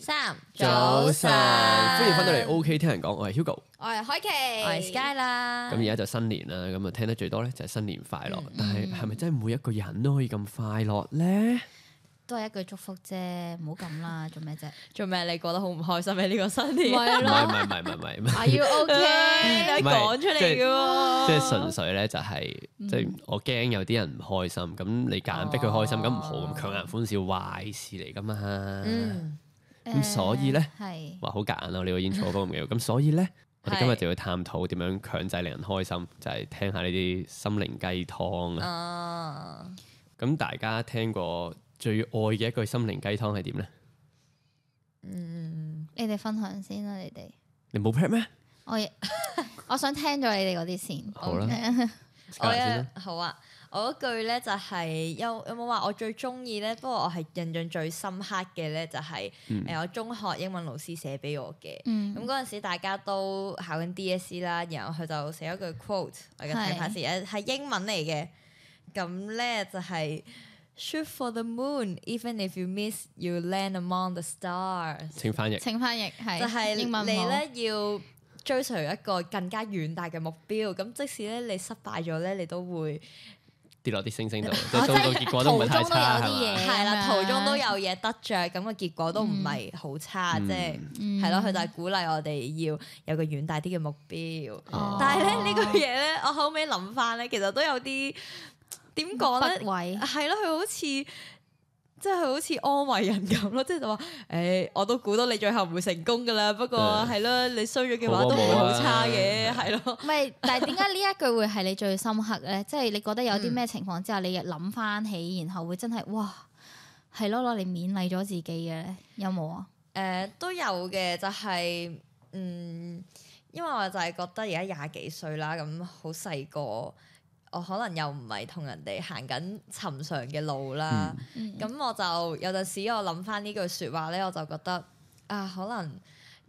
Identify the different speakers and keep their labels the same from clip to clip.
Speaker 1: 三，
Speaker 2: 歡迎翻到嚟 OK 聽人講，我係 Hugo。
Speaker 3: 我係海琪，
Speaker 1: 我係 Sky 啦。
Speaker 2: 咁而家就新年啦，咁啊聽得最多咧就係新年快樂。但係係咪真係每一個人都可以咁快樂咧？
Speaker 3: 都係一句祝福啫，唔好咁 啦，做咩啫？
Speaker 1: 做咩？你過得好唔開心咩？呢個新年
Speaker 3: 咪
Speaker 2: 唔係唔係唔係唔係唔 係，
Speaker 3: Are you
Speaker 1: 你
Speaker 3: OK？
Speaker 2: 唔係
Speaker 1: 講出嚟嘅喎，
Speaker 2: 即係純粹咧就係即係我驚有啲人唔開心，咁你夾硬逼佢開心，咁唔好咁強顏歡笑，壞事嚟噶嘛。
Speaker 1: 嗯
Speaker 2: 咁所以咧
Speaker 3: 係
Speaker 2: 哇，好夾硬啊！你個煙草不過唔 緊要。咁所以咧，我哋今日
Speaker 1: 係
Speaker 2: 就要探討點樣強制令人開心，就係聽下呢啲心靈雞湯啊。
Speaker 1: 啊，
Speaker 2: 咁大家聽過最愛嘅一句心靈雞湯係點咧？
Speaker 3: 你哋分享先啦，你哋
Speaker 2: 你冇 prep 咩？
Speaker 3: 我 我想聽咗你哋嗰啲先。
Speaker 2: 好啦，
Speaker 1: 我
Speaker 2: 先啦。
Speaker 1: 嘅好啊。我嗰句咧就係有有冇話我最中意咧？不過我係印象最深刻嘅咧就係誒我中學英文老師寫俾我嘅。
Speaker 3: 嗯
Speaker 1: 咁嗰陣時大家都考緊 DSE 啦，然後佢就寫咗句 quote，我而家睇
Speaker 3: 係
Speaker 1: 下先，誒係英文嚟嘅。咁咧就係、Shoot for the moon, even if you miss, you land among the stars。
Speaker 2: 請翻譯。
Speaker 3: 請翻譯係，
Speaker 1: 就係
Speaker 3: 英文
Speaker 1: 你
Speaker 3: 冇
Speaker 1: 咧要追隨一個更加遠大嘅目標。咁即使咧你失敗咗咧，你都會
Speaker 2: 跌落啲星星度，即係
Speaker 1: 哦即
Speaker 2: 到
Speaker 1: 係
Speaker 2: 個結果都唔係太差係
Speaker 3: 途中都有啲
Speaker 2: 嘛？
Speaker 3: 嘢
Speaker 1: 係啦，
Speaker 3: 咁
Speaker 1: 途
Speaker 3: 樣嗯
Speaker 1: 中都有嘢得着，咁個結果都唔係好差，
Speaker 2: 嗯
Speaker 1: 即係係咯。佢就係鼓勵我哋要有個遠大啲嘅目標。
Speaker 3: 哦
Speaker 1: 但係咧呢個嘢咧，我後尾諗翻咧，其實都有啲點講咧
Speaker 3: 不，位
Speaker 1: 啊係咯，佢好似。即係佢好似安慰人咁咯，即係就話，誒、我都估到你最後唔會成功噶啦，不過
Speaker 2: 嗯
Speaker 1: 係咯，你衰咗嘅話
Speaker 2: 好啊
Speaker 1: 都唔會
Speaker 2: 冇
Speaker 1: 好
Speaker 2: 啊
Speaker 1: 差嘅，係咯，
Speaker 3: 唔係，但係點解呢一句會係你最深刻咧？即係你覺得有啲咩情況之下，你諗翻起，然後會真係哇，係咯，攞嚟勉勵咗自己嘅咧，有冇啊？
Speaker 1: 誒、呃都有嘅，就係、嗯，因為我就係覺得而家廿幾歲啦，咁好細個，我可能又唔係同人哋行緊尋常嘅路啦。咁、我就有陣時我諗翻呢句説話咧，我就覺得啊，可能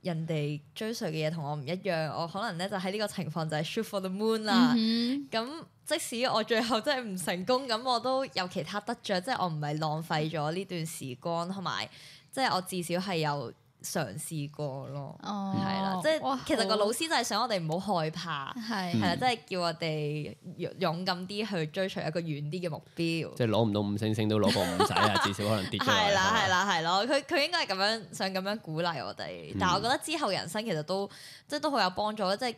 Speaker 1: 人哋追隨嘅嘢同我唔一樣，我可能咧就喺呢個情況就係 shoot for the moon 啦。
Speaker 3: 嗯
Speaker 1: 咁即使我最後真係唔成功，咁我都有其他得着，即係我唔係浪費咗呢段時光，同埋即係我至少係有嘗試過咯。
Speaker 3: 哼哦，
Speaker 1: 係啦，即係其實個老師就嗯係想我哋唔好害怕，
Speaker 3: 係
Speaker 1: 係啦，即係叫我哋勇勇敢啲去追隨一個遠啲嘅目標。
Speaker 2: 即係攞唔到五星星都攞個五仔啊，至少可能跌咗落嚟。
Speaker 1: 係 啦，
Speaker 2: 係嘛，
Speaker 1: 係啦，係咯，佢佢應該係咁樣想咁樣鼓勵我哋，但係我覺得之後人生其實都即係都好有幫助啦，即係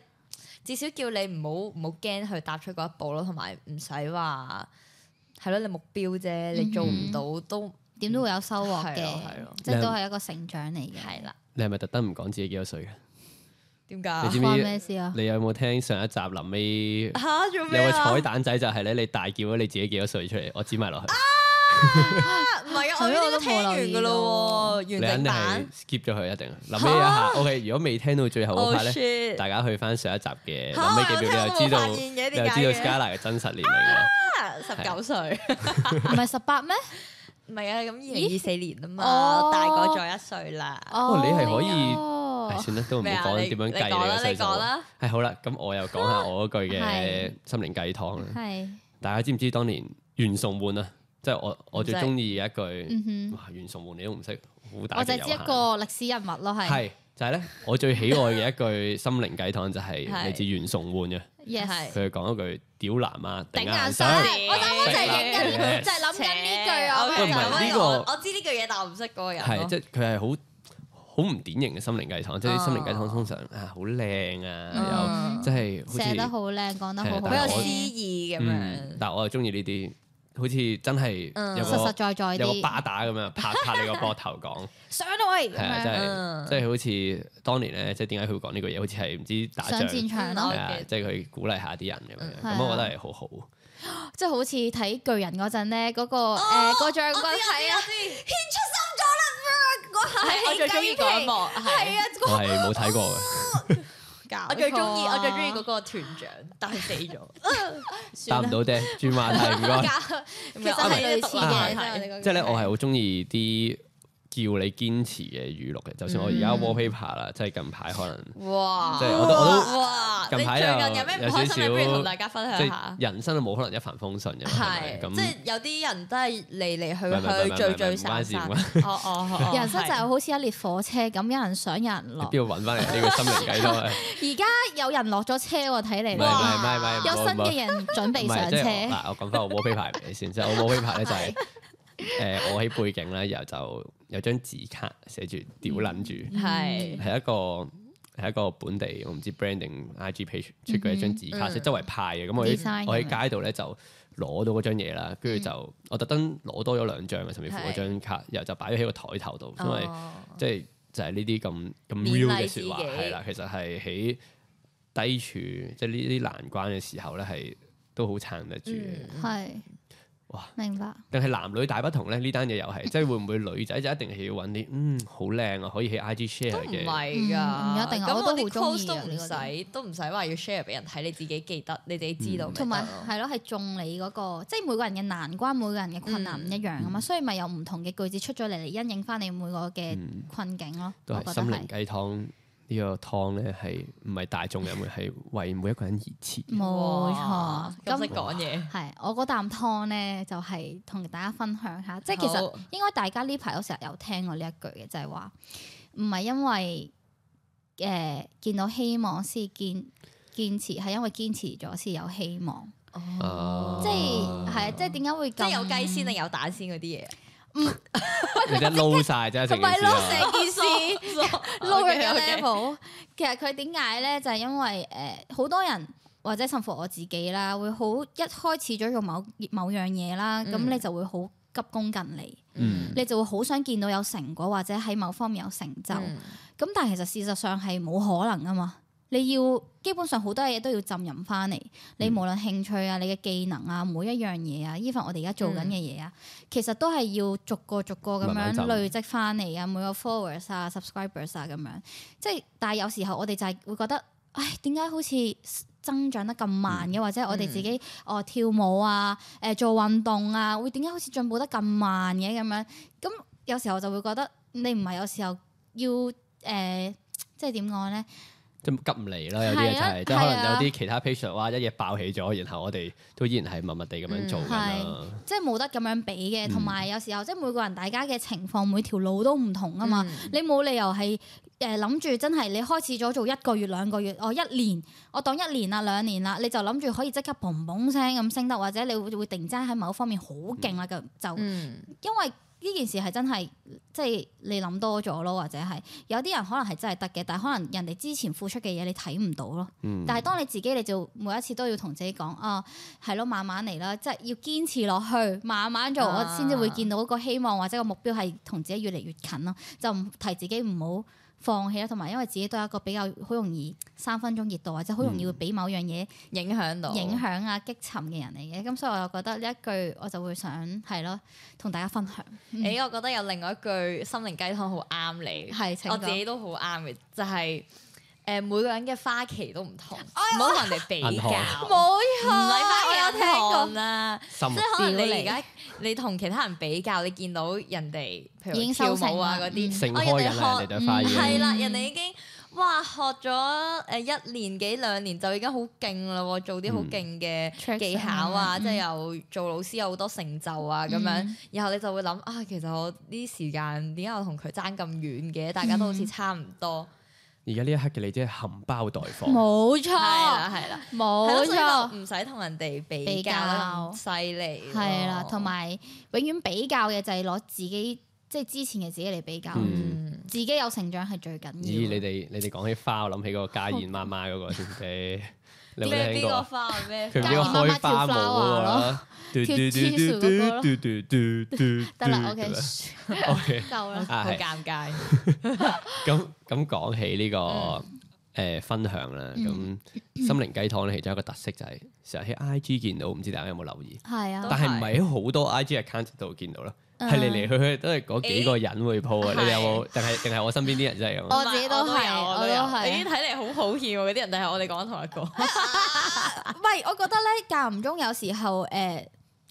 Speaker 1: 至少叫你唔好唔好驚去踏出嗰一步咯，同埋唔使話係咯，你目標啫，你做唔到都
Speaker 3: 點都會有收穫
Speaker 1: 係咯係
Speaker 3: 嘅
Speaker 1: 咯，
Speaker 3: 即係都係一個成長嚟嘅。係啦，
Speaker 2: 你係咪特登唔講自己幾多歲嘅？
Speaker 1: 點
Speaker 2: 你知
Speaker 1: 解
Speaker 2: 唔
Speaker 3: 關咩事啊
Speaker 2: 知？你有冇聽上一集臨尾
Speaker 1: 嚇做咩
Speaker 2: 有個
Speaker 1: 啊？
Speaker 2: 彩蛋仔就係咧，你大叫咗你自己幾多歲出嚟，我指埋落去。
Speaker 1: 唔係啊，我
Speaker 3: 係咯
Speaker 1: 呢
Speaker 3: 我
Speaker 1: 個
Speaker 3: 都
Speaker 1: 聽
Speaker 3: 冇
Speaker 1: 完噶
Speaker 3: 留意
Speaker 1: 咯喎，
Speaker 2: 你
Speaker 1: 完整
Speaker 2: 肯定係
Speaker 1: 版。
Speaker 2: skip 咗佢一定。臨尾一 下，OK。如果未聽到最後嗰
Speaker 1: Oh
Speaker 2: part 咧。
Speaker 1: shit！
Speaker 2: 大家去翻上一集 嘅
Speaker 1: 嚇
Speaker 2: 臨尾幾秒，你就知道，
Speaker 1: 我有
Speaker 2: 你
Speaker 1: 聽我冇發現嘅
Speaker 2: 就
Speaker 1: 點解嘅
Speaker 2: 知道 Scala 嘅真實年齡 啦。
Speaker 1: 啊十九歲，
Speaker 3: 唔係十八咩？
Speaker 1: 唔係啊，咁二零二四年啊嘛，
Speaker 3: 哦
Speaker 1: 大個咗一歲啦。
Speaker 2: 哦你係可以
Speaker 3: 哦
Speaker 2: 唉，算啦，都唔
Speaker 1: 咩啊
Speaker 2: 好講
Speaker 1: 你
Speaker 2: 點樣
Speaker 1: 你
Speaker 2: 計
Speaker 1: 講
Speaker 2: 你
Speaker 1: 啦
Speaker 2: 嘅歲
Speaker 1: 你
Speaker 2: 數
Speaker 1: 講
Speaker 2: 啊
Speaker 1: 啦。
Speaker 2: 係好啦，咁我又講下我嗰 句嘅
Speaker 3: 係
Speaker 2: 心靈雞湯啦。
Speaker 3: 係
Speaker 2: 大家知唔知當年袁崇焕啊？即係我我最
Speaker 1: 唔識
Speaker 2: 中意嘅一句，
Speaker 3: 嗯哼，
Speaker 2: 哇！袁崇焕你都唔識，好大
Speaker 3: 我就
Speaker 2: 嘅
Speaker 3: 係
Speaker 2: 有
Speaker 3: 知一
Speaker 2: 限。
Speaker 3: 個歷史人物咯，係
Speaker 2: 係就係咧，我最喜愛嘅一 句心靈雞湯就係
Speaker 1: 係
Speaker 2: 嚟自袁崇焕嘅，
Speaker 3: ，yes，
Speaker 2: 佢講一句屌男啊，
Speaker 3: 頂
Speaker 2: 頂
Speaker 3: 硬
Speaker 2: 硬
Speaker 3: 上，
Speaker 2: 上。
Speaker 3: 我啱啱就係影緊呢，就係諗緊呢句啊，我
Speaker 2: 喂唔係
Speaker 3: 係
Speaker 2: 呢
Speaker 1: 我
Speaker 2: 個
Speaker 1: 我知呢句嘢，但我唔識嗰個人
Speaker 2: 係
Speaker 1: 咯。
Speaker 2: 即係佢係好好唔典型嘅心靈雞湯，即係啲心靈雞湯通常啊好靚啊，
Speaker 3: 哦嗯
Speaker 2: 又即係
Speaker 3: 寫得
Speaker 2: 好似
Speaker 3: 好靚，講得
Speaker 2: 係
Speaker 3: 好
Speaker 2: 但
Speaker 3: 好，
Speaker 1: 比
Speaker 2: 係
Speaker 1: 較
Speaker 2: 我
Speaker 1: 詩意咁
Speaker 2: 嗯，
Speaker 1: 樣。
Speaker 2: 但係我又中意呢啲，好似真係
Speaker 1: 嗯
Speaker 2: 有
Speaker 3: 實實
Speaker 2: 個
Speaker 3: 在在
Speaker 2: 有個
Speaker 3: 啲
Speaker 2: 巴打咁樣 拍拍你個膊頭講，
Speaker 3: 上位
Speaker 2: 係啊，真係
Speaker 1: 嗯
Speaker 2: 即係好似當年咧，即係點解佢會講呢個嘢？好似係唔知打
Speaker 3: 上
Speaker 2: 仗
Speaker 3: 戰場
Speaker 1: 我
Speaker 2: 係
Speaker 3: 咯，
Speaker 1: 嗯
Speaker 2: 啊，
Speaker 1: 嘅
Speaker 2: 即係佢鼓勵下啲人咁樣，
Speaker 1: 嗯
Speaker 2: 咁
Speaker 3: 係啊
Speaker 2: 我覺得係好好。
Speaker 3: 即係好似睇巨人嗰陣咧，嗰個誒個將軍係啊，
Speaker 1: 係
Speaker 3: 獻出心臟啦，
Speaker 1: 我最中意嗰一幕，係
Speaker 3: 係
Speaker 1: 啊！
Speaker 3: 啊，
Speaker 2: 我係冇睇過嘅，
Speaker 1: 我最中意我最中意嗰個團長，但係死 咗。
Speaker 2: 答唔到啫，轉 話題唔該。
Speaker 1: 啊
Speaker 3: 其實係類似嘅，
Speaker 2: 即係咧，我係好中意啲叫你堅持嘅語錄嘅，就算我而家 wallpaper 啦，即係近排可能
Speaker 1: 哇！
Speaker 2: 即係我都我都
Speaker 1: 哇！
Speaker 2: 近
Speaker 1: 你
Speaker 2: 排
Speaker 1: 最
Speaker 2: 有
Speaker 1: 近有咩唔
Speaker 2: 有
Speaker 1: 開
Speaker 2: 少
Speaker 1: 心嘅？啊不如
Speaker 2: 少
Speaker 1: 同大家分
Speaker 2: 即
Speaker 1: 享下
Speaker 2: 係。人生都冇可能一帆風順嘅嘛，係咪
Speaker 1: 係，
Speaker 2: 咁
Speaker 1: 即係有啲人都係嚟
Speaker 2: 唔係
Speaker 1: 嚟
Speaker 2: 唔係唔
Speaker 1: 去去
Speaker 2: 係
Speaker 1: 聚
Speaker 2: 唔係
Speaker 1: 聚
Speaker 2: 唔關
Speaker 1: 散
Speaker 2: 事唔
Speaker 1: 散
Speaker 2: 關。
Speaker 1: 哦哦哦，
Speaker 3: 人生就係
Speaker 1: 係
Speaker 3: 好似一列火車咁，有人上，有人
Speaker 2: 你
Speaker 3: 落。
Speaker 2: 邊度揾翻嚟呢個心靈雞湯咧？啊
Speaker 3: 而家有人落咗車喎，睇
Speaker 2: 唔係
Speaker 3: 嚟
Speaker 2: 唔係
Speaker 3: 哇
Speaker 2: 唔係唔係，
Speaker 3: 有
Speaker 2: 唔好唔
Speaker 3: 新
Speaker 2: 好
Speaker 3: 嘅人準備
Speaker 2: 唔係
Speaker 3: 上
Speaker 2: 即係
Speaker 3: 車
Speaker 2: 我。嗱，我講翻我 wallpaper 俾你先，即係我 wallpaper 咧就係誒我喺背景咧，然後就有張紙卡寫住屌撚
Speaker 1: 嗯
Speaker 2: 住，
Speaker 1: 係
Speaker 2: 係一個。係一個本地，我唔知 brand 定 IG page 出過一張紙卡，即係周圍派嘅。咁我
Speaker 3: Design
Speaker 2: 喺
Speaker 3: 咁
Speaker 2: 我
Speaker 3: 樣
Speaker 2: 喺街度咧就攞到嗰張嘢啦，跟住就我特登攞多咗兩張嘅，甚至乎
Speaker 1: 嗯係
Speaker 2: 嗰張卡，然後就擺咗喺個台頭度，因為
Speaker 1: 哦
Speaker 2: 即係就係呢啲咁咁
Speaker 1: 勉
Speaker 2: real
Speaker 1: 勵
Speaker 2: 嘅
Speaker 1: 自己
Speaker 2: 説話係啦，其實係喺低處，即係呢啲難關嘅時候咧，係都好撐得住嘅。
Speaker 1: 嗯
Speaker 3: 係，
Speaker 2: 哇！
Speaker 3: 明白。
Speaker 2: 但係男女大不同咧，呢單嘢 又係，即係會唔會女仔就一定係要揾啲嗯好靚啊，可以喺 IG
Speaker 1: 都
Speaker 2: share
Speaker 1: 唔
Speaker 2: 嘅，
Speaker 1: 係
Speaker 3: 嗯
Speaker 1: 㗎，
Speaker 3: 唔一定啊
Speaker 1: 咁
Speaker 3: 我都好
Speaker 1: 啲
Speaker 3: 鍾意
Speaker 1: close
Speaker 3: 啊
Speaker 1: 都唔使，都唔使話要 share 俾人睇，你自己記得，你自己知道咪得咯。
Speaker 3: 同埋係咯，係中你嗰、個，即係每個人嘅難關，每個人嘅困難唔
Speaker 2: 嗯
Speaker 3: 一樣啊嘛，所以咪有唔同嘅句子出咗嚟，嚟因應翻你每個嘅困境咯。
Speaker 2: 嗯都
Speaker 3: 我
Speaker 2: 係
Speaker 3: 覺得
Speaker 2: 心靈
Speaker 3: 係
Speaker 2: 雞湯呢個湯咧係唔係大眾飲嘅，係為每一個人而設嘅。
Speaker 3: 冇錯
Speaker 1: 哇。咁識
Speaker 3: 咁
Speaker 1: 講嘢。
Speaker 3: 係我嗰啖湯咧，就係、同大家分享下，即係其實
Speaker 1: 好
Speaker 3: 應該大家呢排有成日有聽過呢一句嘅，就係話唔係因為誒、呃、見到希望先堅堅持，係因為堅持咗先有希望。
Speaker 2: 啊
Speaker 3: 即係係啊即係點解會
Speaker 1: 哦即
Speaker 3: 咁？
Speaker 1: 係有雞先定有蛋先嗰啲嘢，
Speaker 2: 你真係撈晒啫，成件
Speaker 3: 咪
Speaker 2: 事
Speaker 3: 咯，
Speaker 2: 啊
Speaker 3: 成件事。
Speaker 1: 撈
Speaker 3: lower 嘅 level。其實佢點解咧？就係、因為誒好、多人或者甚至乎我自己啦，會好一開始咗做某某樣嘢啦，咁、
Speaker 1: 嗯
Speaker 3: 你就會好急功近利，
Speaker 2: 嗯
Speaker 3: 你就會好想見到有成果或者喺某方面有成就。咁、
Speaker 2: 嗯
Speaker 1: 嗯
Speaker 3: 但係其實事實上係冇可能啊嘛。你要基本上好多嘢都要浸淫翻
Speaker 2: 嗯
Speaker 3: 嚟，你無論興趣啊、你嘅技能啊、每一樣嘢啊，even 我哋而家做緊嘅嘢啊，其實都係要逐個逐個咁
Speaker 2: 嗯慢慢
Speaker 3: 樣
Speaker 2: 浸
Speaker 3: 累積翻嚟啊，每個 followers 啊、subscribers 啊咁樣。即係，但係有時候我哋就係會覺得，唉，點解好似增長得咁慢嘅？或者我哋自己哦跳舞啊、誒、做運動啊，會點解好似進步得咁慢嘅咁樣？咁有時候就會覺得你唔係有時候要誒、呃即係點講咧？
Speaker 2: 即係急唔嚟啦，有啲嘢就
Speaker 3: 係啊
Speaker 2: 係，即係可
Speaker 3: 係
Speaker 2: 能
Speaker 3: 啊
Speaker 2: 有啲其他 patient 哇一夜爆起咗，然後我哋都依然係默默地咁樣做緊啦。
Speaker 3: 即係冇得咁樣比嘅，同埋有時候即係每個人大家嘅情況，每條路都唔同啊嘛。你冇理由係誒諗住真係你開始咗做一個月兩個月，哦一年，我當一年啦啊兩年啦，你就諗住可以即刻嘣嘣聲咁升得，或者你會會突然之間喺某方面好勁啦，咁就
Speaker 1: 嗯，
Speaker 3: 因為呢件事係真係即係你諗多咗咯，或者係有啲人可能係真係得嘅，但係可能人哋之前付出嘅嘢你睇唔到咯。
Speaker 2: 嗯
Speaker 3: 但係當你自己你就每一次都要同自己講啊，係咯，慢慢嚟啦，即係要堅持落去，慢慢做，
Speaker 1: 啊
Speaker 3: 我先至會見到個希望或者個目標係同自己越嚟越近咯。就唔提自己唔好放棄啦，同埋因為自己都係一個比較好容易三分鐘熱度或者好容易會俾某樣嘢。
Speaker 1: 影響到
Speaker 3: 影響啊、激沉嘅人嚟嘅，咁所以我又覺得呢一句我就會想係咯，同大家分享
Speaker 1: 誒，我覺得有另外一句心靈雞湯好啱你，
Speaker 3: 係請
Speaker 1: 嗯我
Speaker 3: 講
Speaker 1: 自己都好啱嘅，就係誒每個人嘅花期都唔同，唔好同人哋比
Speaker 2: 銀
Speaker 1: 較，
Speaker 2: 行
Speaker 1: 冇錯，唔係花期
Speaker 3: 我有聽過
Speaker 1: 銀行啊。
Speaker 2: 心
Speaker 1: 即係可能
Speaker 3: 屌
Speaker 1: 你
Speaker 3: 你
Speaker 1: 而家你同其他人比較，你見到人哋
Speaker 3: 已
Speaker 1: 譬如
Speaker 3: 經
Speaker 1: 跳
Speaker 3: 收
Speaker 1: 舞啊
Speaker 3: 成啦
Speaker 1: 嗰啲，
Speaker 2: 盛
Speaker 1: 哦
Speaker 2: 開緊
Speaker 1: 人
Speaker 2: 啦，人哋
Speaker 1: 哋學
Speaker 2: 朵花
Speaker 3: 嗯
Speaker 2: 嘢
Speaker 1: 係。啦，
Speaker 3: 嗯
Speaker 1: 人哋已經哇學咗誒一年幾兩年就已經好勁啦喎，做啲好勁嘅
Speaker 3: Tricks
Speaker 1: 技巧啊，
Speaker 3: 啊嗯
Speaker 1: 即係又做老師有好多成就啊咁樣
Speaker 3: 嗯，
Speaker 1: 然後你就會諗啊，其實我呢時間點解我同佢爭咁遠嘅？大家都好
Speaker 3: 嗯
Speaker 1: 似差唔 多，
Speaker 2: 而家呢一刻嘅你真係含包待
Speaker 3: 嗯
Speaker 2: 放。
Speaker 3: 冇
Speaker 1: 係啦，係啦。係
Speaker 3: 冇
Speaker 1: 咯所以
Speaker 3: 哦錯
Speaker 1: 就，唔使同人哋
Speaker 3: 比
Speaker 1: 比較
Speaker 3: 較
Speaker 1: 得咁犀利咯，
Speaker 3: 係啦，同埋永遠比較嘅就係攞自己即係之前嘅自己嚟比較，
Speaker 2: 嗯
Speaker 1: 嗯
Speaker 3: 自己有成長係最緊
Speaker 2: 咦，
Speaker 3: 要
Speaker 2: 你。哋你哋講起花，我諗起嗰個家燕媽媽嗰個 先啫。你有冇
Speaker 1: 邊
Speaker 2: 聽
Speaker 1: 邊個
Speaker 2: 過？
Speaker 1: 花啊咩
Speaker 2: 佢唔
Speaker 1: 花
Speaker 2: 知個
Speaker 3: 家燕媽
Speaker 2: 開花
Speaker 3: 媽
Speaker 2: 舞
Speaker 3: 跳 flower 咯
Speaker 2: 啊！嘟嘟 嘟嘟嘟嘟嘟嘟
Speaker 3: 得啦，OK，
Speaker 2: OK
Speaker 3: 夠啦，
Speaker 2: 啊
Speaker 1: 好
Speaker 2: 係
Speaker 1: 尷尬。
Speaker 2: 咁咁講起呢個
Speaker 3: 嗯
Speaker 2: 誒分享啦，咁心靈雞湯咧其中一個特色就係成日喺 IG 見到，唔知大家有冇留意？
Speaker 3: 係啊嗯
Speaker 1: 都，
Speaker 2: 但係唔係喺好多 IG account 度見到啦，係嚟嚟去去都係嗰幾個人會 po 啊！
Speaker 1: 欸
Speaker 2: 你哋有冇？定係定係我身邊啲人真係咁啊？
Speaker 3: 我自己都係
Speaker 1: 唔係我都有
Speaker 3: 我都
Speaker 1: 我
Speaker 3: 係
Speaker 1: 都有你睇嚟好抱歉喎，嗰啲人，但係我哋講緊同一個。
Speaker 3: 唔係，我覺得咧間唔中有時候誒。呃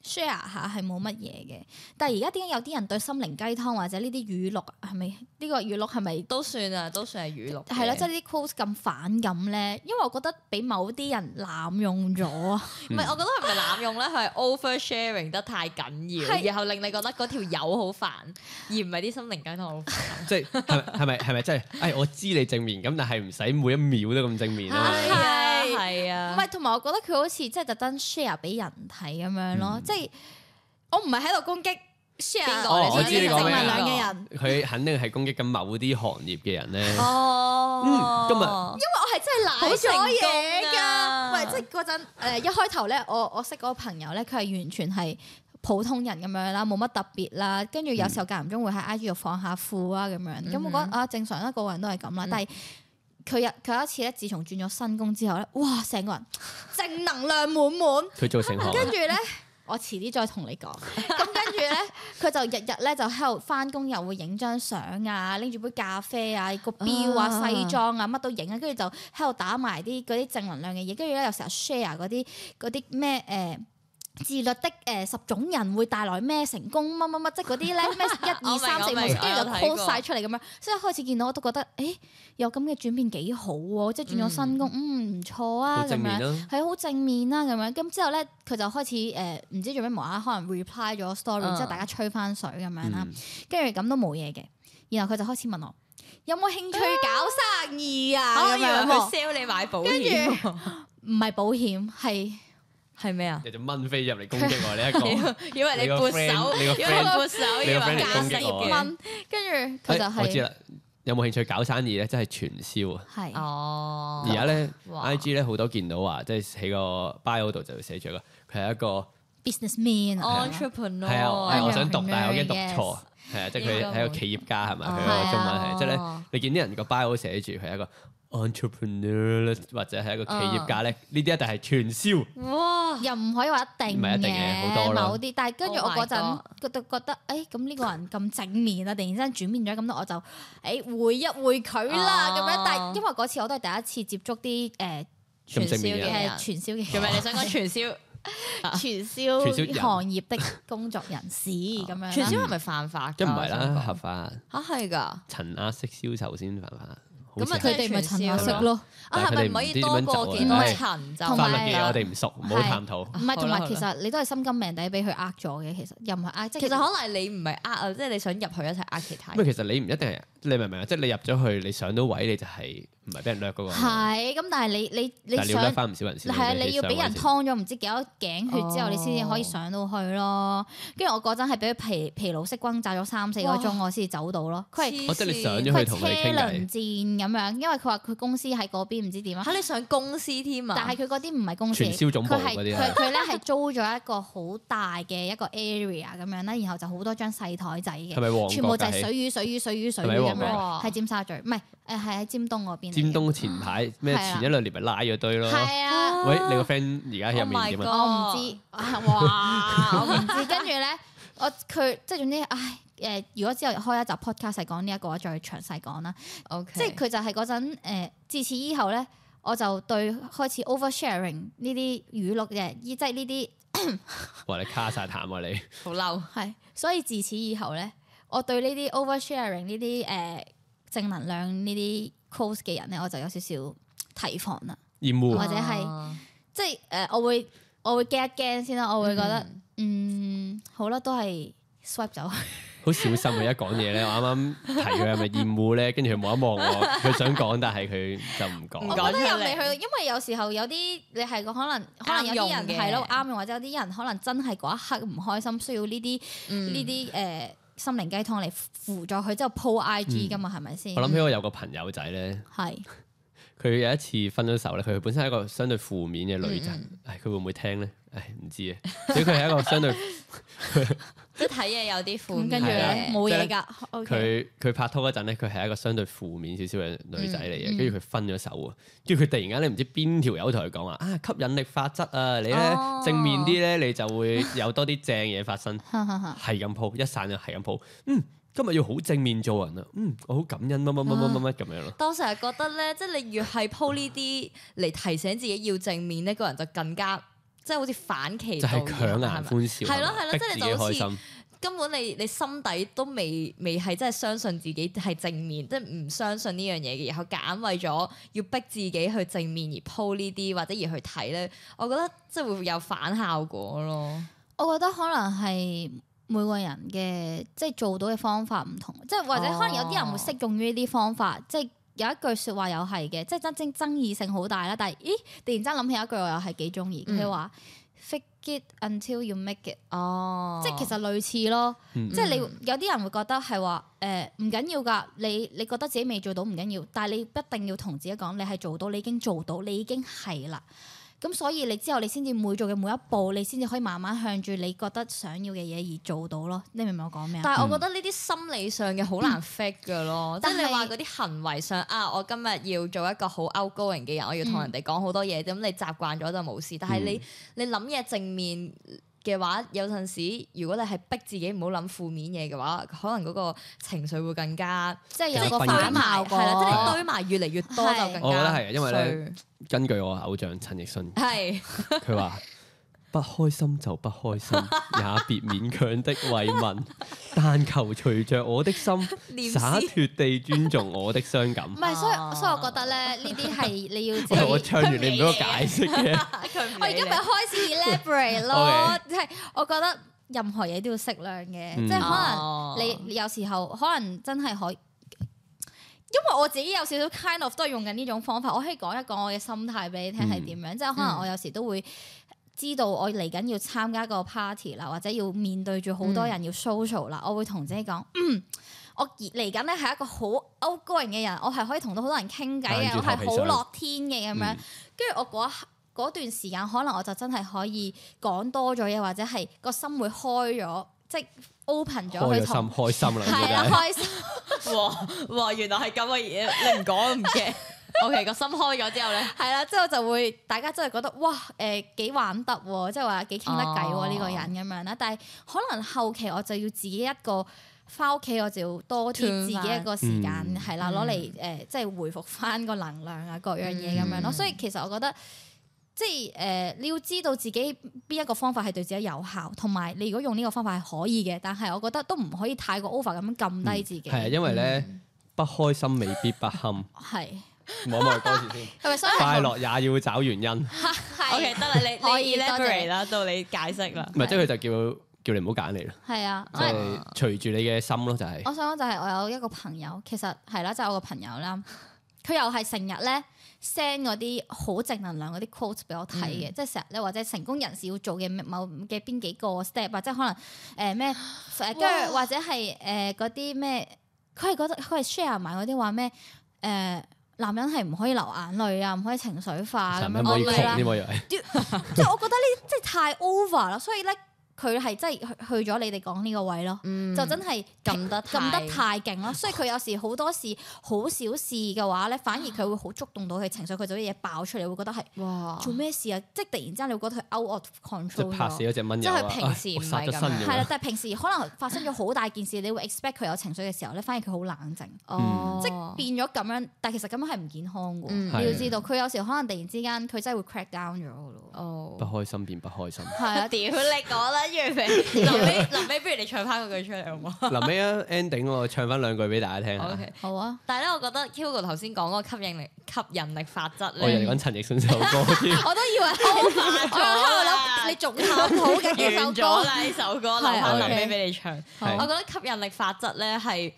Speaker 3: share 下係冇乜嘢嘅。但係而家點解有啲人對心靈雞湯或者呢啲語錄啊係咪呢個語錄係咪
Speaker 1: 都算啊，都算係語錄嘅。
Speaker 3: 係啦？即係呢啲 quote 咁反感咧，因為我覺得俾某啲人濫用咗啊。
Speaker 1: 唔係，
Speaker 2: 嗯
Speaker 1: 我覺得係咪濫用咧？佢係 over sharing 得太緊要，
Speaker 3: 係
Speaker 1: 然後令你覺得嗰條友好煩，而唔係啲心靈雞湯好 煩。
Speaker 2: 即係係咪係咪真係？哎誒，我知你正面咁，但係唔使每一秒都咁正面啊
Speaker 3: 係
Speaker 2: 嘛。
Speaker 1: 啊，
Speaker 3: 係
Speaker 1: 係
Speaker 3: 唔
Speaker 1: 啊，
Speaker 3: 係，同埋我覺得佢好似即係特登 share 俾人睇咁樣
Speaker 2: 嗯
Speaker 3: 咯，即係我唔係喺度攻擊 share
Speaker 1: 邊個哦
Speaker 2: 我知你
Speaker 3: 正
Speaker 2: 講咩
Speaker 3: 能量
Speaker 1: 啦
Speaker 3: 嘅人，
Speaker 2: 佢肯定係攻擊緊某啲行業嘅人咧。
Speaker 1: 哦
Speaker 2: 嗯今日
Speaker 3: 因為我係真係
Speaker 1: 好
Speaker 3: 賴咗嘢
Speaker 1: 成功
Speaker 3: 㗎。
Speaker 1: 啊
Speaker 3: 喂，即係嗰陣誒一開頭咧，我我識嗰個朋友咧，佢係完全係。普通人咁樣啦，冇乜特別啦，跟住
Speaker 2: 嗯
Speaker 3: 有時候間唔中會喺 IG 度放下褲啊咁樣，咁、我覺得啊正常啦，個個人都係咁啦。
Speaker 1: 嗯
Speaker 3: 但係佢有佢有一次咧，自從轉咗新工之後咧，哇，成個人正能量滿滿，
Speaker 2: 佢做
Speaker 1: 啊
Speaker 2: 成行
Speaker 3: 跟住咧，我遲啲再同你講。咁跟住咧，佢就日日咧就喺度翻工，又會影張相啊，拎住杯咖啡啊，個錶啊、
Speaker 1: 啊
Speaker 3: 西裝啊，乜都影啊，跟住就喺度打埋啲嗰啲正能量嘅嘢，跟住咧有時候 share 啊嗰啲嗰啲咩誒。呃自律的誒、呃十種人會帶來咩成功乜乜乜，即係嗰啲咧 咩一二
Speaker 1: 我明
Speaker 3: 三四五，
Speaker 1: 我
Speaker 3: 跟
Speaker 1: 明
Speaker 3: 住就
Speaker 1: 我有睇
Speaker 3: call
Speaker 1: 過
Speaker 3: 晒出嚟咁樣，所以一開始見到我都覺得，誒、有咁嘅轉變幾好喎，即係轉咗新工，嗯唔錯啊
Speaker 2: 好
Speaker 3: 咁
Speaker 2: 正
Speaker 3: 樣
Speaker 2: 面。啦。
Speaker 3: 係好正面啦咁樣，咁之後咧佢就開始誒唔、知做咩無啦啦可能 reply 咗 story，、
Speaker 1: 嗯
Speaker 3: 之後大家吹翻水咁樣啊啦
Speaker 2: 啊嗯，
Speaker 3: 跟住咁都冇嘢嘅，然後佢就開始問我有冇興趣搞生意啊
Speaker 1: 我
Speaker 3: 咁
Speaker 1: 以為
Speaker 3: 樣
Speaker 1: 佢
Speaker 3: 喎，
Speaker 1: sell 你買保險喎，
Speaker 3: 唔係保險係
Speaker 1: 係咩啊？
Speaker 2: 有隻蚊飛入嚟攻擊我，你一講。
Speaker 1: 以為
Speaker 2: 哦
Speaker 1: 你
Speaker 2: 你個
Speaker 1: 撥
Speaker 2: friend-
Speaker 1: 手，
Speaker 2: 你
Speaker 1: 以為
Speaker 2: 個
Speaker 1: 你
Speaker 2: friend-
Speaker 1: 撥手，
Speaker 2: 你
Speaker 1: 以
Speaker 2: 個
Speaker 1: 為係
Speaker 2: friend 嚟
Speaker 1: 夾
Speaker 2: 攻
Speaker 1: 食
Speaker 3: 夾
Speaker 2: 擊我啊
Speaker 1: 嘅。
Speaker 3: 蚊，跟住佢就
Speaker 2: 哎我知
Speaker 3: 係
Speaker 2: 啦，有冇興趣搞生意咧？真係傳銷啊！
Speaker 3: 係
Speaker 1: 哦，
Speaker 2: 而家咧
Speaker 1: 哇
Speaker 2: ，I G 咧好多見到話，即係喺個 bio 度就寫住一個，佢係一個
Speaker 3: businessman 啊
Speaker 1: entrepreneur，
Speaker 2: 係啊，我係我想讀，
Speaker 3: entrepreneur，
Speaker 2: 但係我驚讀
Speaker 3: yes
Speaker 2: 錯。係啊，即係
Speaker 1: 應該
Speaker 2: 佢
Speaker 1: 會
Speaker 2: 係一個企業家係咪？
Speaker 1: 哦
Speaker 2: 佢個中文係即係咧
Speaker 1: 哦，
Speaker 2: 你見啲人個 bio 寫住佢係一個 entrepreneur 或者係一個企
Speaker 1: 哦
Speaker 2: 業家咧，呢啲一定係傳銷。
Speaker 1: 哇，
Speaker 3: 又唔可以話一
Speaker 2: 唔
Speaker 3: 定
Speaker 2: 係一定嘅好多咯
Speaker 3: 某啲，但係跟住
Speaker 1: Oh
Speaker 3: 我
Speaker 1: my
Speaker 3: 嗰陣
Speaker 1: God
Speaker 3: 覺得覺得，誒咁呢個人咁正面啊，突然之間轉變咗咁多，我就誒、會一會佢啦咁樣。
Speaker 1: 哦
Speaker 3: 但係因為嗰次我都係第一次接觸啲誒
Speaker 2: 咁正面
Speaker 1: 傳銷
Speaker 2: 嘅
Speaker 3: 誒
Speaker 1: 嘅哦
Speaker 3: 傳銷
Speaker 1: 人
Speaker 3: 嘅，
Speaker 1: 做咩？你想講傳銷？
Speaker 3: 傳
Speaker 2: 傳銷
Speaker 3: 銷
Speaker 2: 人啊嗯
Speaker 3: 行業的工作人士咁樣啦？
Speaker 1: 傳銷係咪犯法
Speaker 2: 一
Speaker 1: 㗎？
Speaker 2: 唔係
Speaker 1: 我想
Speaker 2: 啦，
Speaker 1: 講
Speaker 2: 合法
Speaker 1: 嚇啊係㗎。
Speaker 2: 層壓式銷售先犯法。好
Speaker 1: 咁啊
Speaker 2: 似係
Speaker 3: 佢哋咪陳亞色咯，
Speaker 1: 啊，
Speaker 2: 但係
Speaker 1: 係
Speaker 2: 佢哋
Speaker 1: 咪唔可
Speaker 2: 唔
Speaker 1: 以
Speaker 2: 知
Speaker 1: 多
Speaker 2: 點樣走
Speaker 1: 過
Speaker 2: 啊
Speaker 1: 幾
Speaker 2: 但
Speaker 1: 多
Speaker 2: 係
Speaker 1: 層就
Speaker 3: 同
Speaker 2: 法
Speaker 3: 埋
Speaker 2: 律嘅
Speaker 1: 唔得
Speaker 2: 嘢我哋唔熟，唔好
Speaker 3: 係
Speaker 2: 探討。
Speaker 3: 唔係同
Speaker 1: 好
Speaker 3: 埋
Speaker 1: 啦
Speaker 3: 其實你都係心甘命抵俾佢呃咗嘅，其實又唔係呃，即係
Speaker 1: 其實可能你唔係呃啊，即係你想入去一齊呃其他
Speaker 2: 咁
Speaker 1: 人。
Speaker 2: 其實你唔一定係，你明唔明啊？即係你入咗去，你上到位，你就係唔係俾人掠嗰個？
Speaker 3: 係咁，但係你你你
Speaker 2: 但係你要掠
Speaker 3: 想。
Speaker 2: 翻唔少人先。
Speaker 3: 係啊，你要
Speaker 2: 上位
Speaker 3: 俾人
Speaker 2: 先
Speaker 3: 劏咗唔知幾多頸血之後，
Speaker 1: 哦
Speaker 3: 你先至可以上到去咯。跟住我嗰陣係俾佢疲疲勞式轟炸咗三四個
Speaker 1: 哇
Speaker 3: 鐘，我先至走到咯。佢係
Speaker 1: 黐
Speaker 2: 哦即係你上咗
Speaker 1: 線
Speaker 2: 去
Speaker 3: 佢係
Speaker 2: 同
Speaker 3: 車
Speaker 2: 佢哋傾偈
Speaker 3: 輪戰咁樣，因為佢話佢公司喺嗰邊唔知點啊。
Speaker 1: 嚇你上公司添啊！
Speaker 3: 但係佢嗰啲唔係公司，
Speaker 2: 傳銷總部
Speaker 3: 佢係
Speaker 2: 嗰啲啊
Speaker 3: 佢
Speaker 2: 係
Speaker 3: 佢咧係租咗一個好大嘅一個 area 咁樣啦，然後就好多張細台仔
Speaker 2: 係
Speaker 3: 嘅，
Speaker 2: 咪旺角㗎
Speaker 3: 全部就係
Speaker 2: 係
Speaker 3: 水魚水魚水魚水
Speaker 2: 係咪
Speaker 3: 魚咁
Speaker 2: 旺角
Speaker 3: 樣，
Speaker 1: 啊
Speaker 3: 喺尖沙咀，唔係誒係喺尖東嗰邊嚟嘅。
Speaker 2: 尖東前排咩
Speaker 3: 係啊
Speaker 2: 前一兩年咪拉咗堆咯。
Speaker 3: 係啊。
Speaker 2: 喂，你個 friend 而家喺入面點啊？
Speaker 1: Oh my
Speaker 3: 我唔知， 啊哇！我唔知，跟住咧，我佢即係總之，唉，誒，如果之後開一集 podcast 係講呢一個，我再詳細講啦。
Speaker 1: OK，
Speaker 3: 即係佢就係嗰陣誒，自此以後咧，我就對開始 oversharing 呢啲語錄嘅，依即係呢啲
Speaker 2: 哇！你卡晒啊淡喎你，
Speaker 1: 好嬲。
Speaker 3: 係，所以自此以後咧，我對呢啲 oversharing 呢啲誒正能量呢啲 close 嘅人咧，我就有少少提防啦。
Speaker 2: 厭惡
Speaker 3: 或者係
Speaker 1: 啊
Speaker 3: 即係誒、呃我會我會驚一驚先啦，我會覺得
Speaker 1: 嗯
Speaker 3: 嗯好啦，都係 swipe 走。
Speaker 2: 好小心佢一講嘢咧。我啱啱提佢係咪厭惡咧，跟住佢望一望我，佢想講，但係佢就唔
Speaker 1: 唔
Speaker 3: 我
Speaker 1: 講
Speaker 2: 講。
Speaker 3: 覺得又
Speaker 1: 出嚟
Speaker 3: 未去到，因為有時候有啲你係個可能，可能有啲人
Speaker 1: 啱用嘅
Speaker 3: 係咯啱用，或者有啲人可能真係嗰一刻唔開心，需要呢啲
Speaker 1: 嗯
Speaker 3: 呢啲誒心靈雞湯嚟輔助佢之後 po IG 噶嘛，係咪先？
Speaker 2: 我諗起我有個朋友仔咧，
Speaker 3: 係
Speaker 2: 佢有一次分咗手咧，佢本身係一個相對負面嘅女仔，
Speaker 1: 嗯
Speaker 2: 唉，佢會唔會聽咧？唉，唔知啊。所以佢係一個相 對
Speaker 1: 即係睇嘢有啲負
Speaker 3: 咁
Speaker 1: 面
Speaker 3: 跟住咧
Speaker 1: 嘅
Speaker 3: 冇嘢㗎。OK，
Speaker 2: 佢佢拍拖嗰陣咧，佢係一個相對負面少少嘅女仔嚟
Speaker 1: 嗯
Speaker 2: 嘅，跟住佢分咗手啊，跟住佢突然間咧唔知邊條友同佢講話啊吸引力法則啊，你咧、
Speaker 1: 哦
Speaker 2: 正面啲咧，你就會有多啲正嘢發 生，
Speaker 3: 哈哈 哈
Speaker 2: 係咁鋪一散就係咁鋪，嗯，今日要好正面做人啊，嗯，我好感恩乜乜乜乜
Speaker 1: 啊
Speaker 2: 乜乜咁樣咯，
Speaker 1: 當時係覺得咧，即係你越係 po 呢啲嚟提醒自己要正面呢個人就更加即係好似反其
Speaker 2: 就
Speaker 1: 道
Speaker 2: 係
Speaker 1: 而行
Speaker 2: 強
Speaker 1: 係
Speaker 2: 顏
Speaker 1: 咪
Speaker 2: 歡笑，
Speaker 1: 係咯
Speaker 2: 係嘛
Speaker 1: 係咯
Speaker 2: 逼
Speaker 1: 即係
Speaker 2: 自
Speaker 1: 你
Speaker 2: 己
Speaker 1: 就好
Speaker 2: 開
Speaker 1: 似
Speaker 2: 心。
Speaker 1: 根本你你心底都未未係真係相信自己係正面，即係唔相信呢樣嘢嘅，然後夾硬為咗要逼自己去正面而鋪呢啲或者而去睇咧，我覺得即係會有反效果咯。
Speaker 3: 我覺得可能係每個人嘅即係做到嘅方法唔同，即係或者
Speaker 1: 哦
Speaker 3: 可能有啲人會適用於呢啲方法，即係。有一句説話又係嘅，即係真正爭議性好大啦。但係，咦，突然之間諗起有一句我又係幾中意，
Speaker 1: 嗯
Speaker 3: 佢話 fake it until you make it，
Speaker 1: 哦
Speaker 3: 即係其實類似咯。
Speaker 2: 嗯
Speaker 3: 即係你有啲人會覺得係話誒唔緊要㗎，你你覺得自己未做到唔緊要，但係你一定要同自己講，你係做到，你已經做到，你已經係啦。咁所以你之後你先至每做嘅每一步，你先至可以慢慢向住你覺得想要嘅嘢而做到咯。你明唔明我講咩啊？
Speaker 1: 但係我覺得呢啲心理上嘅好難 fake 噶咯，即
Speaker 3: 但
Speaker 1: 嗯係
Speaker 3: 係
Speaker 1: 你話嗰啲行為上啊，我今日要做一個好 outgoing 嘅人，我要同人哋講好多嘢，咁、你習慣咗就冇事。但係你、你諗嘢正面嘅話，有陣時如果你係逼自己唔好諗負面嘢嘅話，可能嗰個情緒會更加
Speaker 3: 即係有
Speaker 2: 其實
Speaker 3: 個反效果，
Speaker 1: 係啦，即
Speaker 2: 哦
Speaker 1: 係你
Speaker 3: 係
Speaker 1: 堆埋越嚟越多就
Speaker 3: 係
Speaker 1: 更加
Speaker 2: 我覺得係因為呢根據我偶像陳奕迅，
Speaker 1: 衰係
Speaker 2: 佢話：不開心就不開心，也別勉強的慰問，但求隨着我的心，
Speaker 1: 念思
Speaker 2: 灑脱地尊重我的傷感
Speaker 3: 唔。係，所
Speaker 1: 啊
Speaker 3: 以所以我覺得咧，呢啲係你要自
Speaker 2: 喂， 我
Speaker 3: 己。
Speaker 2: 唱完你唔俾我解釋嘅，
Speaker 1: 我
Speaker 3: 哦我而家咪開 始 elaborate 咯
Speaker 2: OK，
Speaker 3: 即係我覺得任何嘢都要適量嘅，
Speaker 2: 嗯
Speaker 3: 即係
Speaker 1: 哦
Speaker 3: 可能。
Speaker 1: 能
Speaker 3: 你你有時候可能真係可以，因為我自己有少少 kind of 都係用緊呢種方法，我可以講一講我嘅心態俾
Speaker 2: 嗯
Speaker 3: 你聽係點樣，即係可能我有時都會。知道我嚟緊要參加個 party 啦，或者要面對住好
Speaker 2: 嗯
Speaker 3: 多人要 social 啦，我會同自己講，嗯，我嚟緊咧係一個好 outgoing 嘅人，我係可以同到好多人傾偈
Speaker 2: 硬
Speaker 3: 嘅，
Speaker 2: 住
Speaker 3: 我係
Speaker 2: 頭皮
Speaker 3: 好
Speaker 2: 上
Speaker 3: 樂天嘅咁樣
Speaker 2: 嗯。
Speaker 3: 跟住我嗰一刻嗰段時間，可能我就真係可以講多咗嘢，或者係個心會開咗，即係 open 咗
Speaker 2: 開咗
Speaker 3: 去同
Speaker 2: 心，開心啦，
Speaker 3: 係啦，啊
Speaker 2: 咁
Speaker 3: 開心。
Speaker 1: 哇哇，原來係咁嘅嘢，你唔講唔驚。OK，個 心開咗之後咧。
Speaker 3: 係啦，之後就會大家真係覺得哇誒幾玩得喎，即係話幾傾得偈
Speaker 1: 哦
Speaker 3: 喎呢個人咁樣啦。但係可能後期我就要自己一個翻屋企，我就要多啲
Speaker 1: Tune
Speaker 3: 自己一個時間係啦，
Speaker 1: 嗯
Speaker 3: 攞嚟誒即係回復翻個能量啊各樣嘢咁樣咯。
Speaker 1: 嗯
Speaker 3: 所以其實我覺得。即係誒、呃你要知道自己邊一個方法係對自己有效，同埋你如果用呢個方法係可以嘅，但係我覺得都唔可以太過 over 咁樣撳低自己。
Speaker 2: 係啊，因為咧不開心未必不堪，望
Speaker 3: 係
Speaker 2: 一望歌詞先，
Speaker 3: 係咪？所以
Speaker 2: 快樂也要找原因。
Speaker 3: 係
Speaker 1: OK，得啦， 你
Speaker 3: 可
Speaker 1: 你
Speaker 3: 以多謝
Speaker 1: elaborate 啦，到你解釋啦。
Speaker 2: 唔係，即係佢就叫叫你唔好揀你啦，
Speaker 3: 係啊，
Speaker 2: 即係隨住你嘅心咯，就係
Speaker 3: 我想講就係我有一個朋友，其實係啦，就係我個朋友啦，佢又係成日咧 send 嗰啲好正能量嗰啲 quote 俾我睇嘅，即係成日咧或者成功人士要做嘅某嘅邊幾個 step 或者可能誒咩誒跟住或者係誒嗰啲咩，佢係覺得佢係 share 埋嗰啲話咩誒。男人係唔可以流眼淚啊，唔可以情緒化咁
Speaker 2: 男
Speaker 3: 樣
Speaker 2: 人唔可以
Speaker 3: 我明哦啦
Speaker 2: 窮添，我以為。
Speaker 3: 即係我覺得呢，即係太 over 啦，所以咧佢係真係去去咗你哋講呢個位咯。
Speaker 1: 嗯
Speaker 3: 就真係
Speaker 1: 撳得
Speaker 3: 撳
Speaker 1: 太
Speaker 3: 得太勁咯，所以佢有時好多事好小事嘅話 咧，反而佢會好觸動到佢情緒，佢就啲嘢爆出嚟，會覺得係
Speaker 1: 哇
Speaker 3: 做咩事啊？即係突然之間你會覺得佢 out of
Speaker 2: 即係
Speaker 3: control
Speaker 2: 拍死
Speaker 3: 咗。
Speaker 2: 咗只蚊
Speaker 1: 即
Speaker 2: 友
Speaker 1: 係
Speaker 2: 啊！
Speaker 1: 佢
Speaker 2: 唉
Speaker 1: 平時唔
Speaker 2: 我殺
Speaker 1: 係
Speaker 2: 咗
Speaker 1: 咁
Speaker 2: 新
Speaker 1: 樣
Speaker 2: 嘅
Speaker 3: 係啦，但係平時可能發生咗好大件事，你會 expect 佢有情緒嘅時候咧，反而佢好冷靜，
Speaker 2: 嗯
Speaker 1: 哦，
Speaker 3: 即係變咗咁樣。但其實咁樣係唔健康嘅喎，
Speaker 1: 嗯
Speaker 3: 你要
Speaker 2: 係
Speaker 3: 知道佢有時可能突然之間佢真係會 crack down 咗嘅咯。
Speaker 1: 哦
Speaker 2: 不。開心變不開心。
Speaker 3: 係啊
Speaker 1: 屌，你講啦， 月明，臨尾臨尾，不如你唱翻嗰句出嚟好唔好
Speaker 2: 臨尾啊 ending 我唱翻兩句俾大家聽下。
Speaker 1: ？OK，
Speaker 3: 好啊，
Speaker 1: 但係咧，我覺得 Hugo 頭先講嗰個吸引力吸引力法則
Speaker 2: 我以為
Speaker 1: 咧
Speaker 2: 你，講陳奕迅首歌 添，
Speaker 3: 我都以為 over
Speaker 1: 咗
Speaker 3: 我喺度
Speaker 1: 啦
Speaker 3: 諗你仲探討緊 呢首歌啊
Speaker 1: 完咗。啦呢首歌，留翻臨尾俾你唱。
Speaker 3: 好
Speaker 1: 我覺得吸引力法則咧係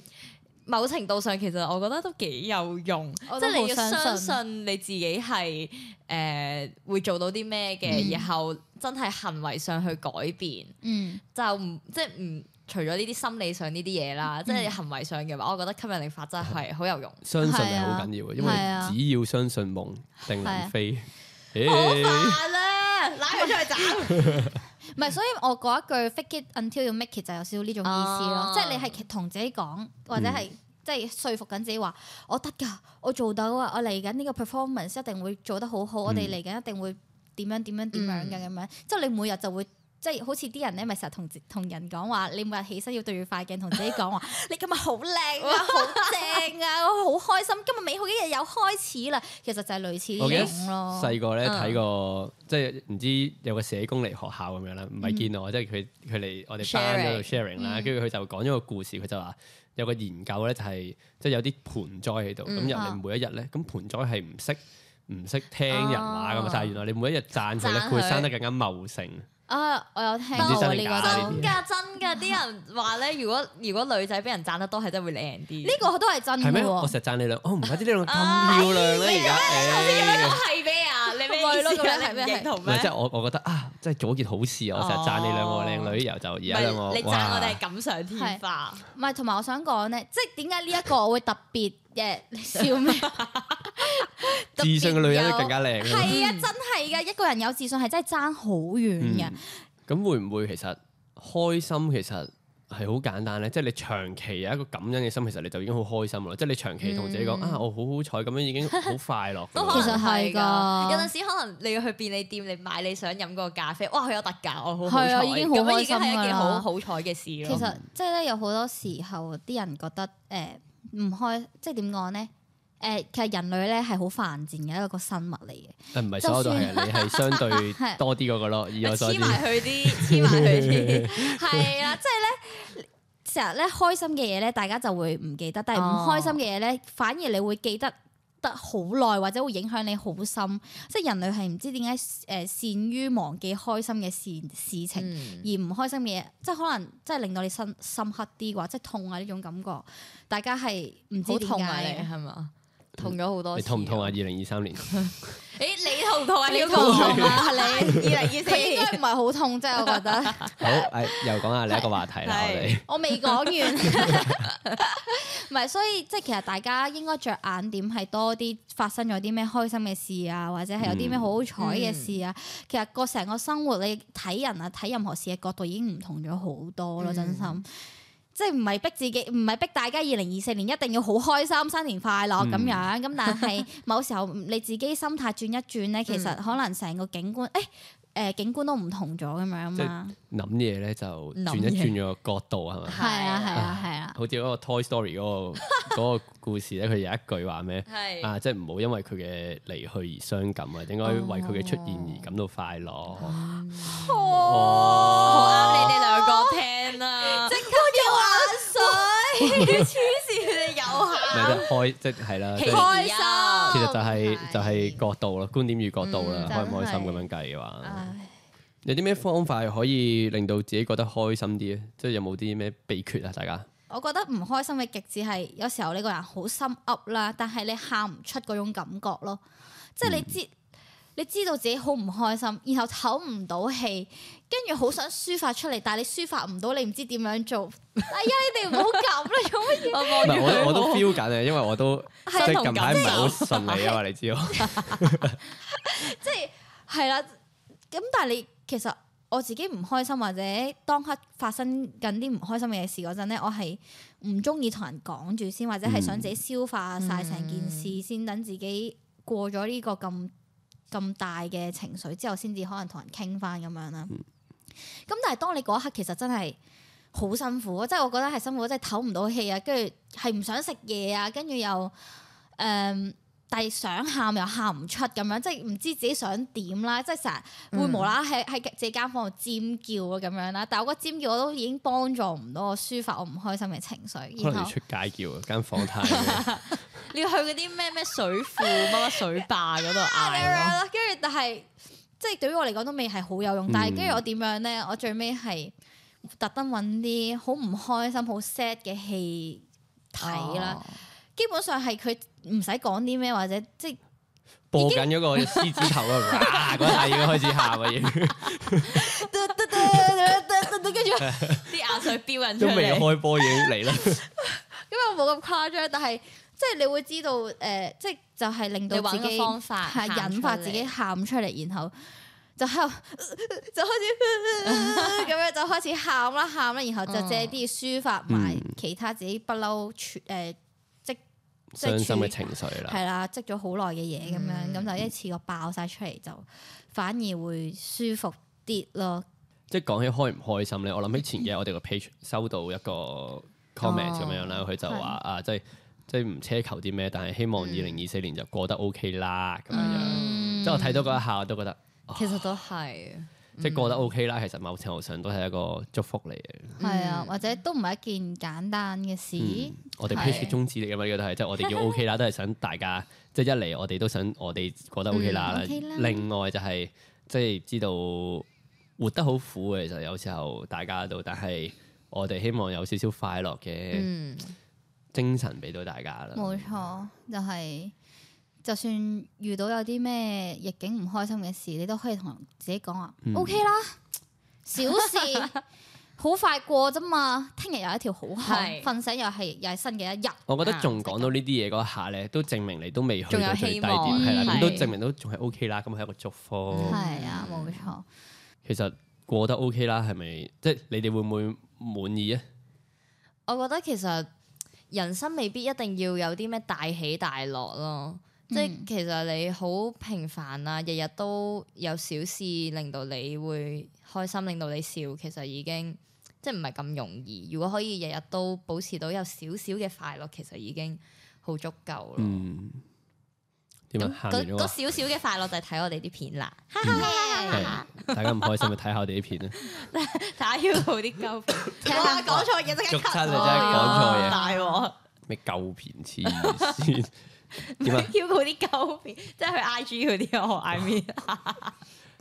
Speaker 1: 某程度上其實我覺得都幾有用，即
Speaker 3: 我都
Speaker 1: 係你要
Speaker 3: 好
Speaker 1: 相
Speaker 3: 相信
Speaker 1: 信你自己係誒、呃、會做到啲咩嘅，
Speaker 3: 嗯
Speaker 1: 然後真係行為上去改變，
Speaker 3: 嗯，
Speaker 1: 就唔即係唔除咗呢啲心理上呢啲嘢
Speaker 2: 嗯
Speaker 1: 啦，即係你行為上嘅話，我覺得吸引力法則係好有用。
Speaker 2: 相信係好緊要嘅，因
Speaker 3: 係啊
Speaker 2: 為只要相信夢定能飛。
Speaker 1: 好
Speaker 2: 咦
Speaker 1: 煩啦， 拉佢出去 斬。
Speaker 3: 唔係，所以我嗰一句 fake it until you make it 就有少少呢種意思
Speaker 1: 哦
Speaker 3: 咯，即係你係同自己講，或
Speaker 2: 嗯
Speaker 3: 者係即係說服緊自己話我得㗎，我做到啊，我嚟緊呢個
Speaker 2: 嗯
Speaker 3: performance 一定會做得好好，我哋嚟緊一定會點樣點樣點樣嘅咁樣，之後你每日就會即係好似啲人咧，咪成日同自同人講話，你每日起身要對住塊鏡同自己講話， 你今日好靚啊，好正啊，我好開心，今日美好嘅一日又開始啦。其實就係類似
Speaker 2: 我記
Speaker 3: 呢
Speaker 2: 得
Speaker 3: 種咯，
Speaker 2: 細個咧
Speaker 1: 嗯
Speaker 2: 睇過，即係唔知有個社工嚟學校咁樣啦，唔係見我，即係佢佢嚟我哋班嗰度 sharing 啦，跟住佢就講咗個故事，佢就話有個研究咧就係即係有啲盆栽喺度，咁人
Speaker 3: 啊
Speaker 2: 哋每一日咧，咁盆栽係唔識唔識聽人話噶嘛
Speaker 1: 哦，
Speaker 2: 但係原來你每一日讚佢咧，
Speaker 1: 讚
Speaker 2: 佢會
Speaker 1: 佢
Speaker 2: 生得更加茂盛。
Speaker 3: 啊，我有聽
Speaker 2: 唔知
Speaker 3: 過
Speaker 2: 真
Speaker 3: 呢
Speaker 2: 定
Speaker 3: 個
Speaker 2: 假呢啲
Speaker 3: 都
Speaker 1: 真㗎真㗎，啲人話咧，如果如果女仔俾人讚得多，係真會靚啲。
Speaker 3: 呢個都係真
Speaker 2: 係
Speaker 3: 嘅
Speaker 2: 咩？我
Speaker 3: 喎。
Speaker 2: 成日讚你兩，哦唔怪之你兩個咁
Speaker 1: 啊
Speaker 2: 漂亮
Speaker 1: 哎
Speaker 2: 啦而家。誒
Speaker 1: 係咩啊？你咩
Speaker 3: 咪
Speaker 1: 意
Speaker 3: 咯
Speaker 1: 思
Speaker 3: 咁
Speaker 1: 啊？
Speaker 3: 樣係
Speaker 1: 你
Speaker 3: 咩
Speaker 1: 唔認同
Speaker 2: 唔
Speaker 1: 咩
Speaker 2: 係，？即係我我覺得啊，即係做一件好事啊！我成日讚你兩個靚女，然後就而
Speaker 1: 哦唔
Speaker 2: 家兩個
Speaker 1: 係你讚
Speaker 2: 哇
Speaker 1: 我哋係錦上添花，
Speaker 3: 唔係，同埋我想講咧，即係點解呢一個我會特別誒，你笑咩？
Speaker 2: 自
Speaker 3: 特別
Speaker 2: 信嘅女人
Speaker 3: 有
Speaker 2: 都更加靚啊。
Speaker 3: 係啊，真係噶，一個人有自信係真係爭好遠嘅。
Speaker 2: 嗯咁會唔會其實開心其實係好簡單咧？即係你長期有一個感恩嘅心，其實你就已經好開心啦。即係你長期同自己講、啊，我好好彩咁樣已經好快樂㗎啦。
Speaker 1: 嗯都
Speaker 3: 其實係㗎
Speaker 1: 有陣時可能你要去便利店，你買你想飲嗰個咖啡，哇！佢有特價，我好好
Speaker 3: 係啊
Speaker 1: 彩，
Speaker 3: 已經好
Speaker 1: 咁樣
Speaker 3: 開
Speaker 1: 已
Speaker 3: 心
Speaker 1: 經
Speaker 3: 㗎啦
Speaker 1: 係一件好好彩嘅事
Speaker 3: 其
Speaker 1: 咯。
Speaker 2: 嗯
Speaker 3: 實即係咧，有好多時候啲人覺得誒唔、開，即係點講咧？誒、其實人類咧係好犯賤嘅一個生物嚟嘅，
Speaker 2: 誒唔係所有都係，你係相 對多啲嗰個咯。以我所知
Speaker 1: 黐，埋佢啲，黐埋 佢啲，
Speaker 3: 係啦，即係咧，成日咧開心嘅嘢咧，大家就會唔記得，但係唔
Speaker 1: 哦
Speaker 3: 開心嘅嘢咧，反而你會記得得好耐，或者會影響你好深。即係人類係唔知點解誒善於忘記開心嘅事事情。
Speaker 1: 嗯
Speaker 3: 而唔開心嘅嘢，即係可能即係令到你深深刻啲啩，即係痛啊呢種感覺，大家係唔知
Speaker 1: 好
Speaker 3: 點
Speaker 1: 痛啊！
Speaker 3: 解
Speaker 1: 你
Speaker 3: 嘅。
Speaker 1: 係嘛？痛咗好多
Speaker 2: 你
Speaker 1: 次。
Speaker 2: 痛唔痛啊？二？零二三年，
Speaker 1: 誒，你痛唔痛啊？
Speaker 3: 你
Speaker 1: 呢
Speaker 3: 痛
Speaker 1: 個
Speaker 3: 唔
Speaker 1: 二
Speaker 3: 痛啊？你
Speaker 1: 零二四
Speaker 3: 佢應
Speaker 1: 年
Speaker 3: 該唔係好痛啫，我覺得。
Speaker 2: 好誒，又講下另一個話題啦，我
Speaker 1: 係
Speaker 2: 哋
Speaker 3: 我未講完，唔係，所以即係其實大家應該着眼點係多啲發生咗啲咩開心嘅事啊，或者係有啲咩好好彩嘅事啊。其實個成個生活你睇人啊，睇任何事嘅角度已經唔同咗好多咯，
Speaker 1: 嗯
Speaker 3: 真心。即係唔係逼自己，唔係逼大家二零二四年一定要好開心、新年快樂咁樣。咁、但係某時候你自己心態轉一轉咧，其實可能成個景觀，誒、誒景觀都唔同咗咁樣
Speaker 2: 即
Speaker 3: 嘛。
Speaker 2: 諗嘢咧就轉
Speaker 1: 諗
Speaker 2: 一
Speaker 1: 嘢
Speaker 2: 轉個角度係咪？
Speaker 3: 係啊，係啊，係啊。
Speaker 2: 好似嗰個 Toy Story 嗰 個嗰個故事咧，佢有一句話咩？
Speaker 1: 係哦
Speaker 2: 啊，即係唔好因為佢嘅離去而傷感啊，應該為佢嘅出現而感到快樂。
Speaker 1: 好
Speaker 2: 哦，
Speaker 1: 啱你哋兩個聽啊 啦，即刻要玩水，
Speaker 3: 啊
Speaker 1: 黐線你有
Speaker 2: 唔
Speaker 1: 下
Speaker 2: 係即係開，即係係啦，即係
Speaker 3: 開心
Speaker 2: 其實就係就係角度咯，觀點與角度啦，
Speaker 3: 嗯
Speaker 2: 開唔開心
Speaker 3: 真係
Speaker 2: 咁樣計嘅
Speaker 1: 啊
Speaker 2: 話，
Speaker 3: 唉
Speaker 2: 有啲咩方法可以令到自己覺得開心啲咧？即係有冇啲咩秘訣啊？大家
Speaker 3: 我覺得唔開心嘅極致係有時候你個人好心噏啦，但係你喊唔出嗰種感覺咯，即係你
Speaker 2: 嗯
Speaker 3: 知、你知道自己好唔開心，然後唞唔到氣，跟住好想抒發出嚟，但係你抒發唔到，你唔知點樣做。哎呀，你哋唔好咁啦，做乜嘢？
Speaker 1: 我
Speaker 2: 唔
Speaker 1: 望住
Speaker 2: 係我都
Speaker 1: 佢
Speaker 2: 我都 feel 緊啊，因為我都即
Speaker 1: 係
Speaker 2: 係近排唔係好
Speaker 1: 同
Speaker 2: 順利啊嘛，你知道。
Speaker 3: 即係係啦，咁但係你其實我自己唔開心或者當刻發生緊啲唔開心嘅事嗰陣咧，我係唔中意同人講住先，或者係想自己消化晒成件事先，等自己過咗呢個咁咁大嘅情緒之後，先至可能同人傾翻咁樣啦。咁但係當你嗰一刻其實真係好辛苦，即係我覺得係辛苦，即係唞唔到氣啊，跟住係唔想食嘢啊，跟住又誒、嗯但係想喊又喊唔出咁樣，即係唔知自己想點啦，即係成日會
Speaker 2: 嗯
Speaker 3: 無啦啦喺喺自己間房度尖叫啊咁樣啦。但係我覺得尖叫我都已經幫助唔到我抒發我唔開心嘅情緒，
Speaker 2: 可能
Speaker 3: 然
Speaker 2: 要
Speaker 3: 後
Speaker 2: 出街叫啊，間房 太暗
Speaker 1: 你要去嗰啲咩咩水庫乜乜水壩嗰度
Speaker 3: 咁
Speaker 1: 嗌
Speaker 3: 樣
Speaker 1: 咯，
Speaker 3: 啦，跟住但係即係對於我嚟講都未係好有用，
Speaker 2: 嗯
Speaker 3: 但係跟住我點樣咧？我最尾係特登揾啲好唔開心、好 sad 嘅戲睇
Speaker 2: 啊
Speaker 3: 啦。基本上係佢唔使講啲咩，或者即係
Speaker 2: 播緊嗰個獅子頭 啊，嗰下已經開始喊啊，已 經。
Speaker 3: 嘟嘟嘟嘟嘟嘟跟住
Speaker 1: 哦，啲眼水飆緊出
Speaker 2: 都未
Speaker 1: 嚟，
Speaker 2: 開波已經嚟 啦，
Speaker 3: 咁又冇咁誇張，但係即係你會知道誒、呃即係就係令
Speaker 1: 你
Speaker 3: 到自
Speaker 1: 揾個
Speaker 3: 己
Speaker 1: 方法
Speaker 3: 係引發自己喊出嚟，然後 就喺度就開始咁樣就開始喊啦喊啦，然後就借啲嘢抒發埋
Speaker 2: 嗯
Speaker 3: 其他自己不嬲處誒即係
Speaker 2: 傷心嘅
Speaker 3: 處
Speaker 2: 情緒啦。
Speaker 3: 係啦積咗好耐嘅嘢咁樣，咁就一次過爆晒出嚟，就反而會舒服啲咯。
Speaker 2: 即係講起開唔開心咧，我諗起前幾日我哋個 page 收到一個 comment
Speaker 3: 哦
Speaker 2: 咁樣啦，佢就話啊，即係即係唔奢求啲咩，但係希望
Speaker 3: 嗯
Speaker 2: 二零二四年就過得 OK 啦咁樣樣。即係我睇到嗰一下，我都覺得
Speaker 1: 其實都係，
Speaker 3: 嗯
Speaker 2: 即係過得 OK 啦。其實某程度上都係一個祝福嚟嘅。
Speaker 3: 係啊，
Speaker 1: 嗯
Speaker 3: 或者都唔係一件簡單嘅事。
Speaker 2: 嗯我哋
Speaker 3: 係
Speaker 2: page 嘅宗旨嚟噶嘛，呢 個都係即係我哋要 OK 啦，都係想大家即係一嚟我哋都想我哋覺得 OK 啦
Speaker 3: 嗯。，OK 啦
Speaker 2: 另外就係即係知道活得好苦嘅，其實有時候大家都，但係我哋希望有少少快樂嘅
Speaker 1: 嗯，
Speaker 2: 精神俾到大家啦。
Speaker 3: 冇錯，就係、就算遇到有啲咩逆境唔開心嘅事，你都可以同自己講話、o
Speaker 1: 嗯
Speaker 3: k 啦，小 事好快過啫嘛。聽日又一條好
Speaker 1: 係
Speaker 3: 漢，瞓醒又係又係新嘅一日。
Speaker 2: 我覺得
Speaker 1: 啊
Speaker 2: 仲講到呢啲嘢嗰一下咧，都證明你都未去
Speaker 1: 仲有
Speaker 2: 到最
Speaker 1: 希
Speaker 2: 低點，
Speaker 1: 望
Speaker 2: 係啦，
Speaker 3: 嗯
Speaker 2: 咁都
Speaker 1: 係嗯
Speaker 2: 證明到仲係 OK 啦，咁係一個祝
Speaker 1: 哦
Speaker 2: 福。
Speaker 3: 係啊，冇錯。
Speaker 2: 其實過得 OK 啦，係咪？即係你哋會唔會滿意啊？
Speaker 1: 我覺得其實人生未必一定要有啲咩大起大落咯。即係其實你好平凡啊，日日都有小事令到你會開心，令到你笑，其實已經即係唔係咁容易。如果可以日日都保持到有少少嘅快樂，其實已經好足夠咯。
Speaker 2: 嗯，點啊？
Speaker 1: 咁
Speaker 2: 喊完嗯
Speaker 1: 嗰
Speaker 2: 咗
Speaker 1: 嗰
Speaker 2: 嘛
Speaker 1: 少少嘅快樂就係睇我哋啲片啦，
Speaker 2: 係大家唔開心咪睇下我哋啲片啦。啊
Speaker 1: 睇下 Hugo 啲鳩片。哇，講錯嘢
Speaker 2: 逐親
Speaker 1: 即刻
Speaker 2: 你真
Speaker 1: cut 哦
Speaker 2: 係講錯嘢
Speaker 1: 大鑊
Speaker 2: 咩舊片黐 線？點啊？
Speaker 1: ！Hugo 啲鳩片，即係佢 IG 嗰啲，啊我 I mean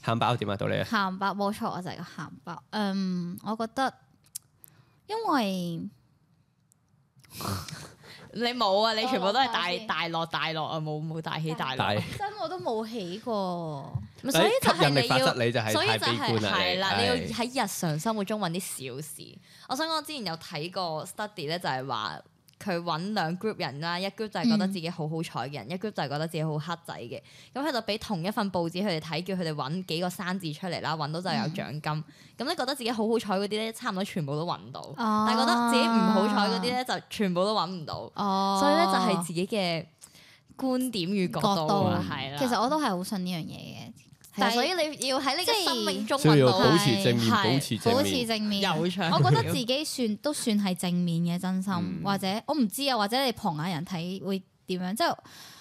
Speaker 2: 喊包點啊？到你啊！
Speaker 3: 鹹白冇錯，我就係個鹹白。嗯，我覺得因為。
Speaker 1: 你冇啊！你全部都係
Speaker 3: 我諗下
Speaker 1: 大
Speaker 3: 先
Speaker 1: 大落大落啊，冇冇大起大
Speaker 2: 大哎
Speaker 1: 落。
Speaker 3: 真我都冇起過，
Speaker 1: 咁所以就係
Speaker 2: 吸引力
Speaker 1: 你
Speaker 2: 法
Speaker 1: 要，
Speaker 2: 則你就係
Speaker 1: 所以
Speaker 2: 太
Speaker 1: 就
Speaker 2: 悲觀
Speaker 1: 係
Speaker 2: 啦
Speaker 1: 係啦，你
Speaker 2: 你
Speaker 1: 要
Speaker 2: 係
Speaker 1: 喺日常生活中揾啲小事。我想講，我之前有睇過 study 咧，就係話佢揾兩 group 人啦，一 group 就係覺得自己好好彩嘅
Speaker 2: 嗯
Speaker 1: 人，一 group 就係覺得自己好黑仔嘅。咁佢就俾同一份報紙佢哋睇，叫佢哋揾幾個生字出嚟啦，揾到就有
Speaker 2: 嗯
Speaker 1: 獎金。咁咧覺得自己好好彩嗰啲咧，差唔多全部都揾到，
Speaker 2: 哦
Speaker 3: 啊
Speaker 1: 但係覺得自己唔好彩嗰啲咧，就全部都揾唔到。
Speaker 3: 哦
Speaker 1: 所以咧就係自己嘅觀點與角
Speaker 3: 角
Speaker 1: 度
Speaker 3: 度
Speaker 2: 哦
Speaker 1: 啊係啦。
Speaker 3: 其實我都係好信呢樣嘢嘅，
Speaker 1: 但係啊所
Speaker 3: 所以
Speaker 1: 以你要喺呢個
Speaker 3: 即係
Speaker 1: 生命中
Speaker 2: 所以
Speaker 1: 揾
Speaker 2: 要
Speaker 1: 到
Speaker 2: 保持正面，
Speaker 1: 係
Speaker 2: 保持
Speaker 3: 好
Speaker 2: 正
Speaker 3: 似
Speaker 2: 面。
Speaker 3: 正面。
Speaker 1: 有趣。
Speaker 3: 我覺得自己算 都算係正面嘅真心，或者我唔知啊，或者你旁眼人睇會點樣？即係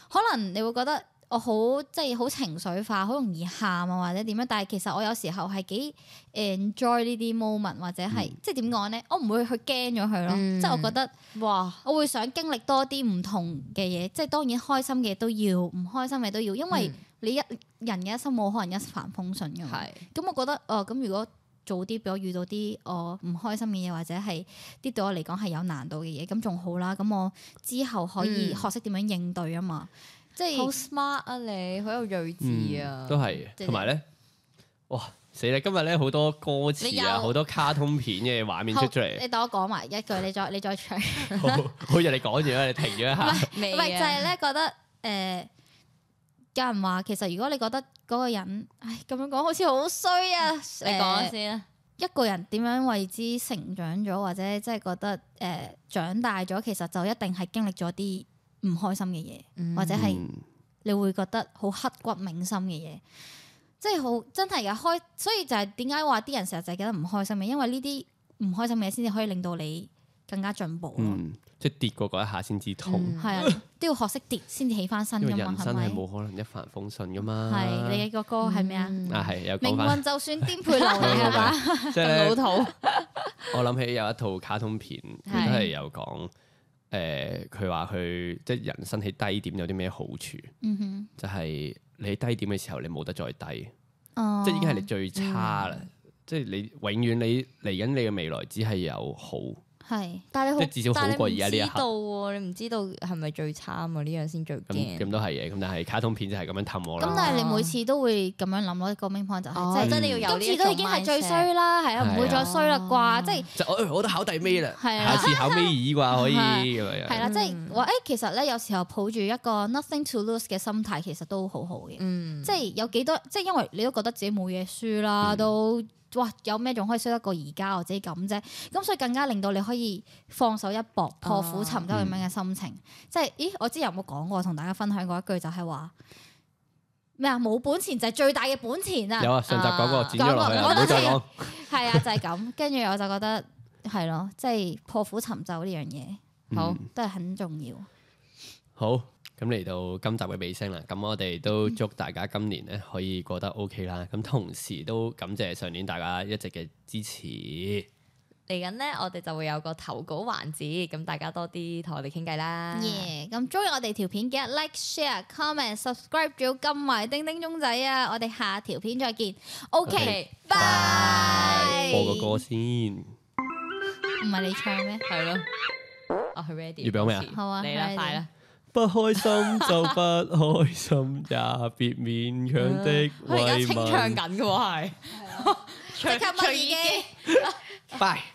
Speaker 3: 可能你會覺得我好即係好情緒化，好容易喊啊，或者點樣？但係其實我有時候係幾呃 enjoy 呢啲 moment，或者係、即係點講咧？我唔會去驚咗佢咯，
Speaker 1: 嗯
Speaker 3: 即係我覺得。
Speaker 1: 哇，
Speaker 3: 我會想經歷多啲唔同嘅嘢，即係當然開心嘅都要，唔開心嘅都要，因為你一人嘅一生冇可能一帆風順
Speaker 2: 嗯
Speaker 3: 㗎嘛。
Speaker 1: 嗯係
Speaker 3: 咁我覺得哦，咁、如果早啲俾我遇到啲我唔開心嘅嘢，或者係啲對我嚟講係有難度嘅嘢，咁仲好啦。咁我之後可以
Speaker 1: 嗯
Speaker 3: 學識點樣應對啊嘛。即
Speaker 1: 好
Speaker 3: 係
Speaker 1: smart 啊你，好有睿智
Speaker 2: 嗯，。
Speaker 1: 啊
Speaker 2: 都係嘅。
Speaker 3: 謝謝
Speaker 2: 同埋咧，哇死啦！今日咧好多歌
Speaker 1: 你
Speaker 2: 詞
Speaker 1: 又
Speaker 2: 啊，好多卡通片嘅畫面出
Speaker 3: 好
Speaker 2: 出 嚟。
Speaker 3: 你等我講埋一句，你再你再唱。
Speaker 2: 好好似你講完啦，你停咗啊一 下。
Speaker 1: 未
Speaker 3: 唔係就係咧覺得誒、呃有人話其實如果你覺得嗰個人，唉咁樣講好似好衰啊，
Speaker 1: 你講先啊。
Speaker 3: 一個人點樣為之成長咗，或者即係覺得誒、呃、長大咗，其實就一定係經歷咗啲唔開心嘅嘢，
Speaker 1: 嗯
Speaker 3: 或者係
Speaker 2: 嗯
Speaker 3: 你會覺得好刻骨銘心嘅嘢，即係好真係嘅開，所以就係點解話啲人成日就係覺得唔開心嘅，因為呢啲唔開心嘅嘢先至可以令到你更加進步咯。
Speaker 2: 嗯，即係跌過嗰一下先至痛，
Speaker 1: 嗯
Speaker 3: 係啊、都要學識跌先至起翻身
Speaker 2: 因為
Speaker 3: 噶嘛
Speaker 2: 人，
Speaker 3: 係
Speaker 2: 生
Speaker 3: 咪
Speaker 2: 係？冇可能一帆風順噶嘛。
Speaker 3: 係你嘅個歌係咩啊？
Speaker 2: 啊係有
Speaker 3: 命
Speaker 2: 講翻，
Speaker 3: 運就算顛沛 流離啊係嘛？
Speaker 2: 即係
Speaker 1: 咁
Speaker 2: 咧
Speaker 1: 老 土。
Speaker 2: 我諗起有一套卡通片，佢
Speaker 1: 係
Speaker 2: 都係有講，誒佢話佢即係人生喺低點有啲咩好處，
Speaker 3: 嗯
Speaker 2: 就係、你喺低點嘅時候，你冇得再低，
Speaker 3: 哼，哦嗯
Speaker 2: 即係已經係你最差啦。即係你永遠你嚟緊你嘅未來只係有好，
Speaker 3: 係
Speaker 1: 但係你好，
Speaker 2: 即係至少好過而家呢一刻
Speaker 1: 但係你唔知道喎，你唔知道係咪最慘啊？呢樣先最
Speaker 2: 咁
Speaker 1: 驚。
Speaker 2: 咁都係嘅。咁但係卡通片就係咁樣氹我
Speaker 3: 咁
Speaker 2: 啦。
Speaker 3: 但係你每次都會咁樣諗咯，個 main point 就
Speaker 1: 哦，
Speaker 3: 係
Speaker 1: 即
Speaker 3: 即
Speaker 1: 係
Speaker 3: 係
Speaker 1: 你要有呢
Speaker 3: 今次
Speaker 1: 一
Speaker 3: 都
Speaker 1: 種
Speaker 3: 已經係
Speaker 1: mindset
Speaker 3: 最衰啦，係啊，唔會再衰啦
Speaker 1: 係啊
Speaker 3: 啩，即係
Speaker 2: 就我、哎我都考第尾啦，
Speaker 3: 係
Speaker 2: 下
Speaker 3: 啦
Speaker 2: 次考尾二啩可以
Speaker 3: 係
Speaker 2: 咁樣。
Speaker 3: 係啦，即係話誒，其實咧有時候抱住一個 nothing to lose 嘅心態，其實都好好嘅，
Speaker 1: 嗯，
Speaker 3: 即係有幾多，即係因為你都覺得自己冇嘢輸啦，都哇有咩仲可以衰得過而家我自己咁啫，咁所以更加令到你可以放手一搏，破釜沉舟嗯咁樣嘅心情，即係咦，我之前有冇講過同大家分享過一句就係話。咩啊？冇本錢就係最大嘅本錢啊！
Speaker 2: 有啊，上集講過
Speaker 1: 啊
Speaker 2: 剪咗落去啊，
Speaker 3: 講過
Speaker 2: 唔好再
Speaker 3: 講
Speaker 2: 講
Speaker 3: 多。係啊，就係咁。跟住我就覺得係咯，即係破釜沉舟呢樣嘢
Speaker 1: 好
Speaker 2: 嗯
Speaker 3: 都係很重要。
Speaker 2: 好，嗯咁嚟到今集嘅尾聲啦，咁我哋都祝大家今年咧可以過得 OK 啦，咁同時都感謝上年大家一直嘅支持。
Speaker 1: 嚟緊咧，我哋就會有個投稿環節，咁大家多啲同我哋傾偈啦。
Speaker 3: 耶！咁中意我哋條片記得 like、share、comment、subscribe，仲要撳埋叮叮鐘仔啊！我哋下條片再見。OK，
Speaker 1: OK，
Speaker 3: 拜。
Speaker 2: 播個歌先，
Speaker 3: 唔係你唱咩？
Speaker 1: 係咯，我去
Speaker 2: 預
Speaker 1: ready。
Speaker 2: 備好未啊
Speaker 3: 好啊
Speaker 1: 你啦，
Speaker 3: ready
Speaker 1: 快啦。
Speaker 2: 不開心就不開心，也別勉強的
Speaker 1: 我
Speaker 2: 啊
Speaker 1: 而家
Speaker 2: 慰
Speaker 1: 清唱
Speaker 2: 問。
Speaker 1: 緊嘅喎係，啊
Speaker 3: 即刻
Speaker 1: 唱
Speaker 3: 乜耳機。
Speaker 2: 拜。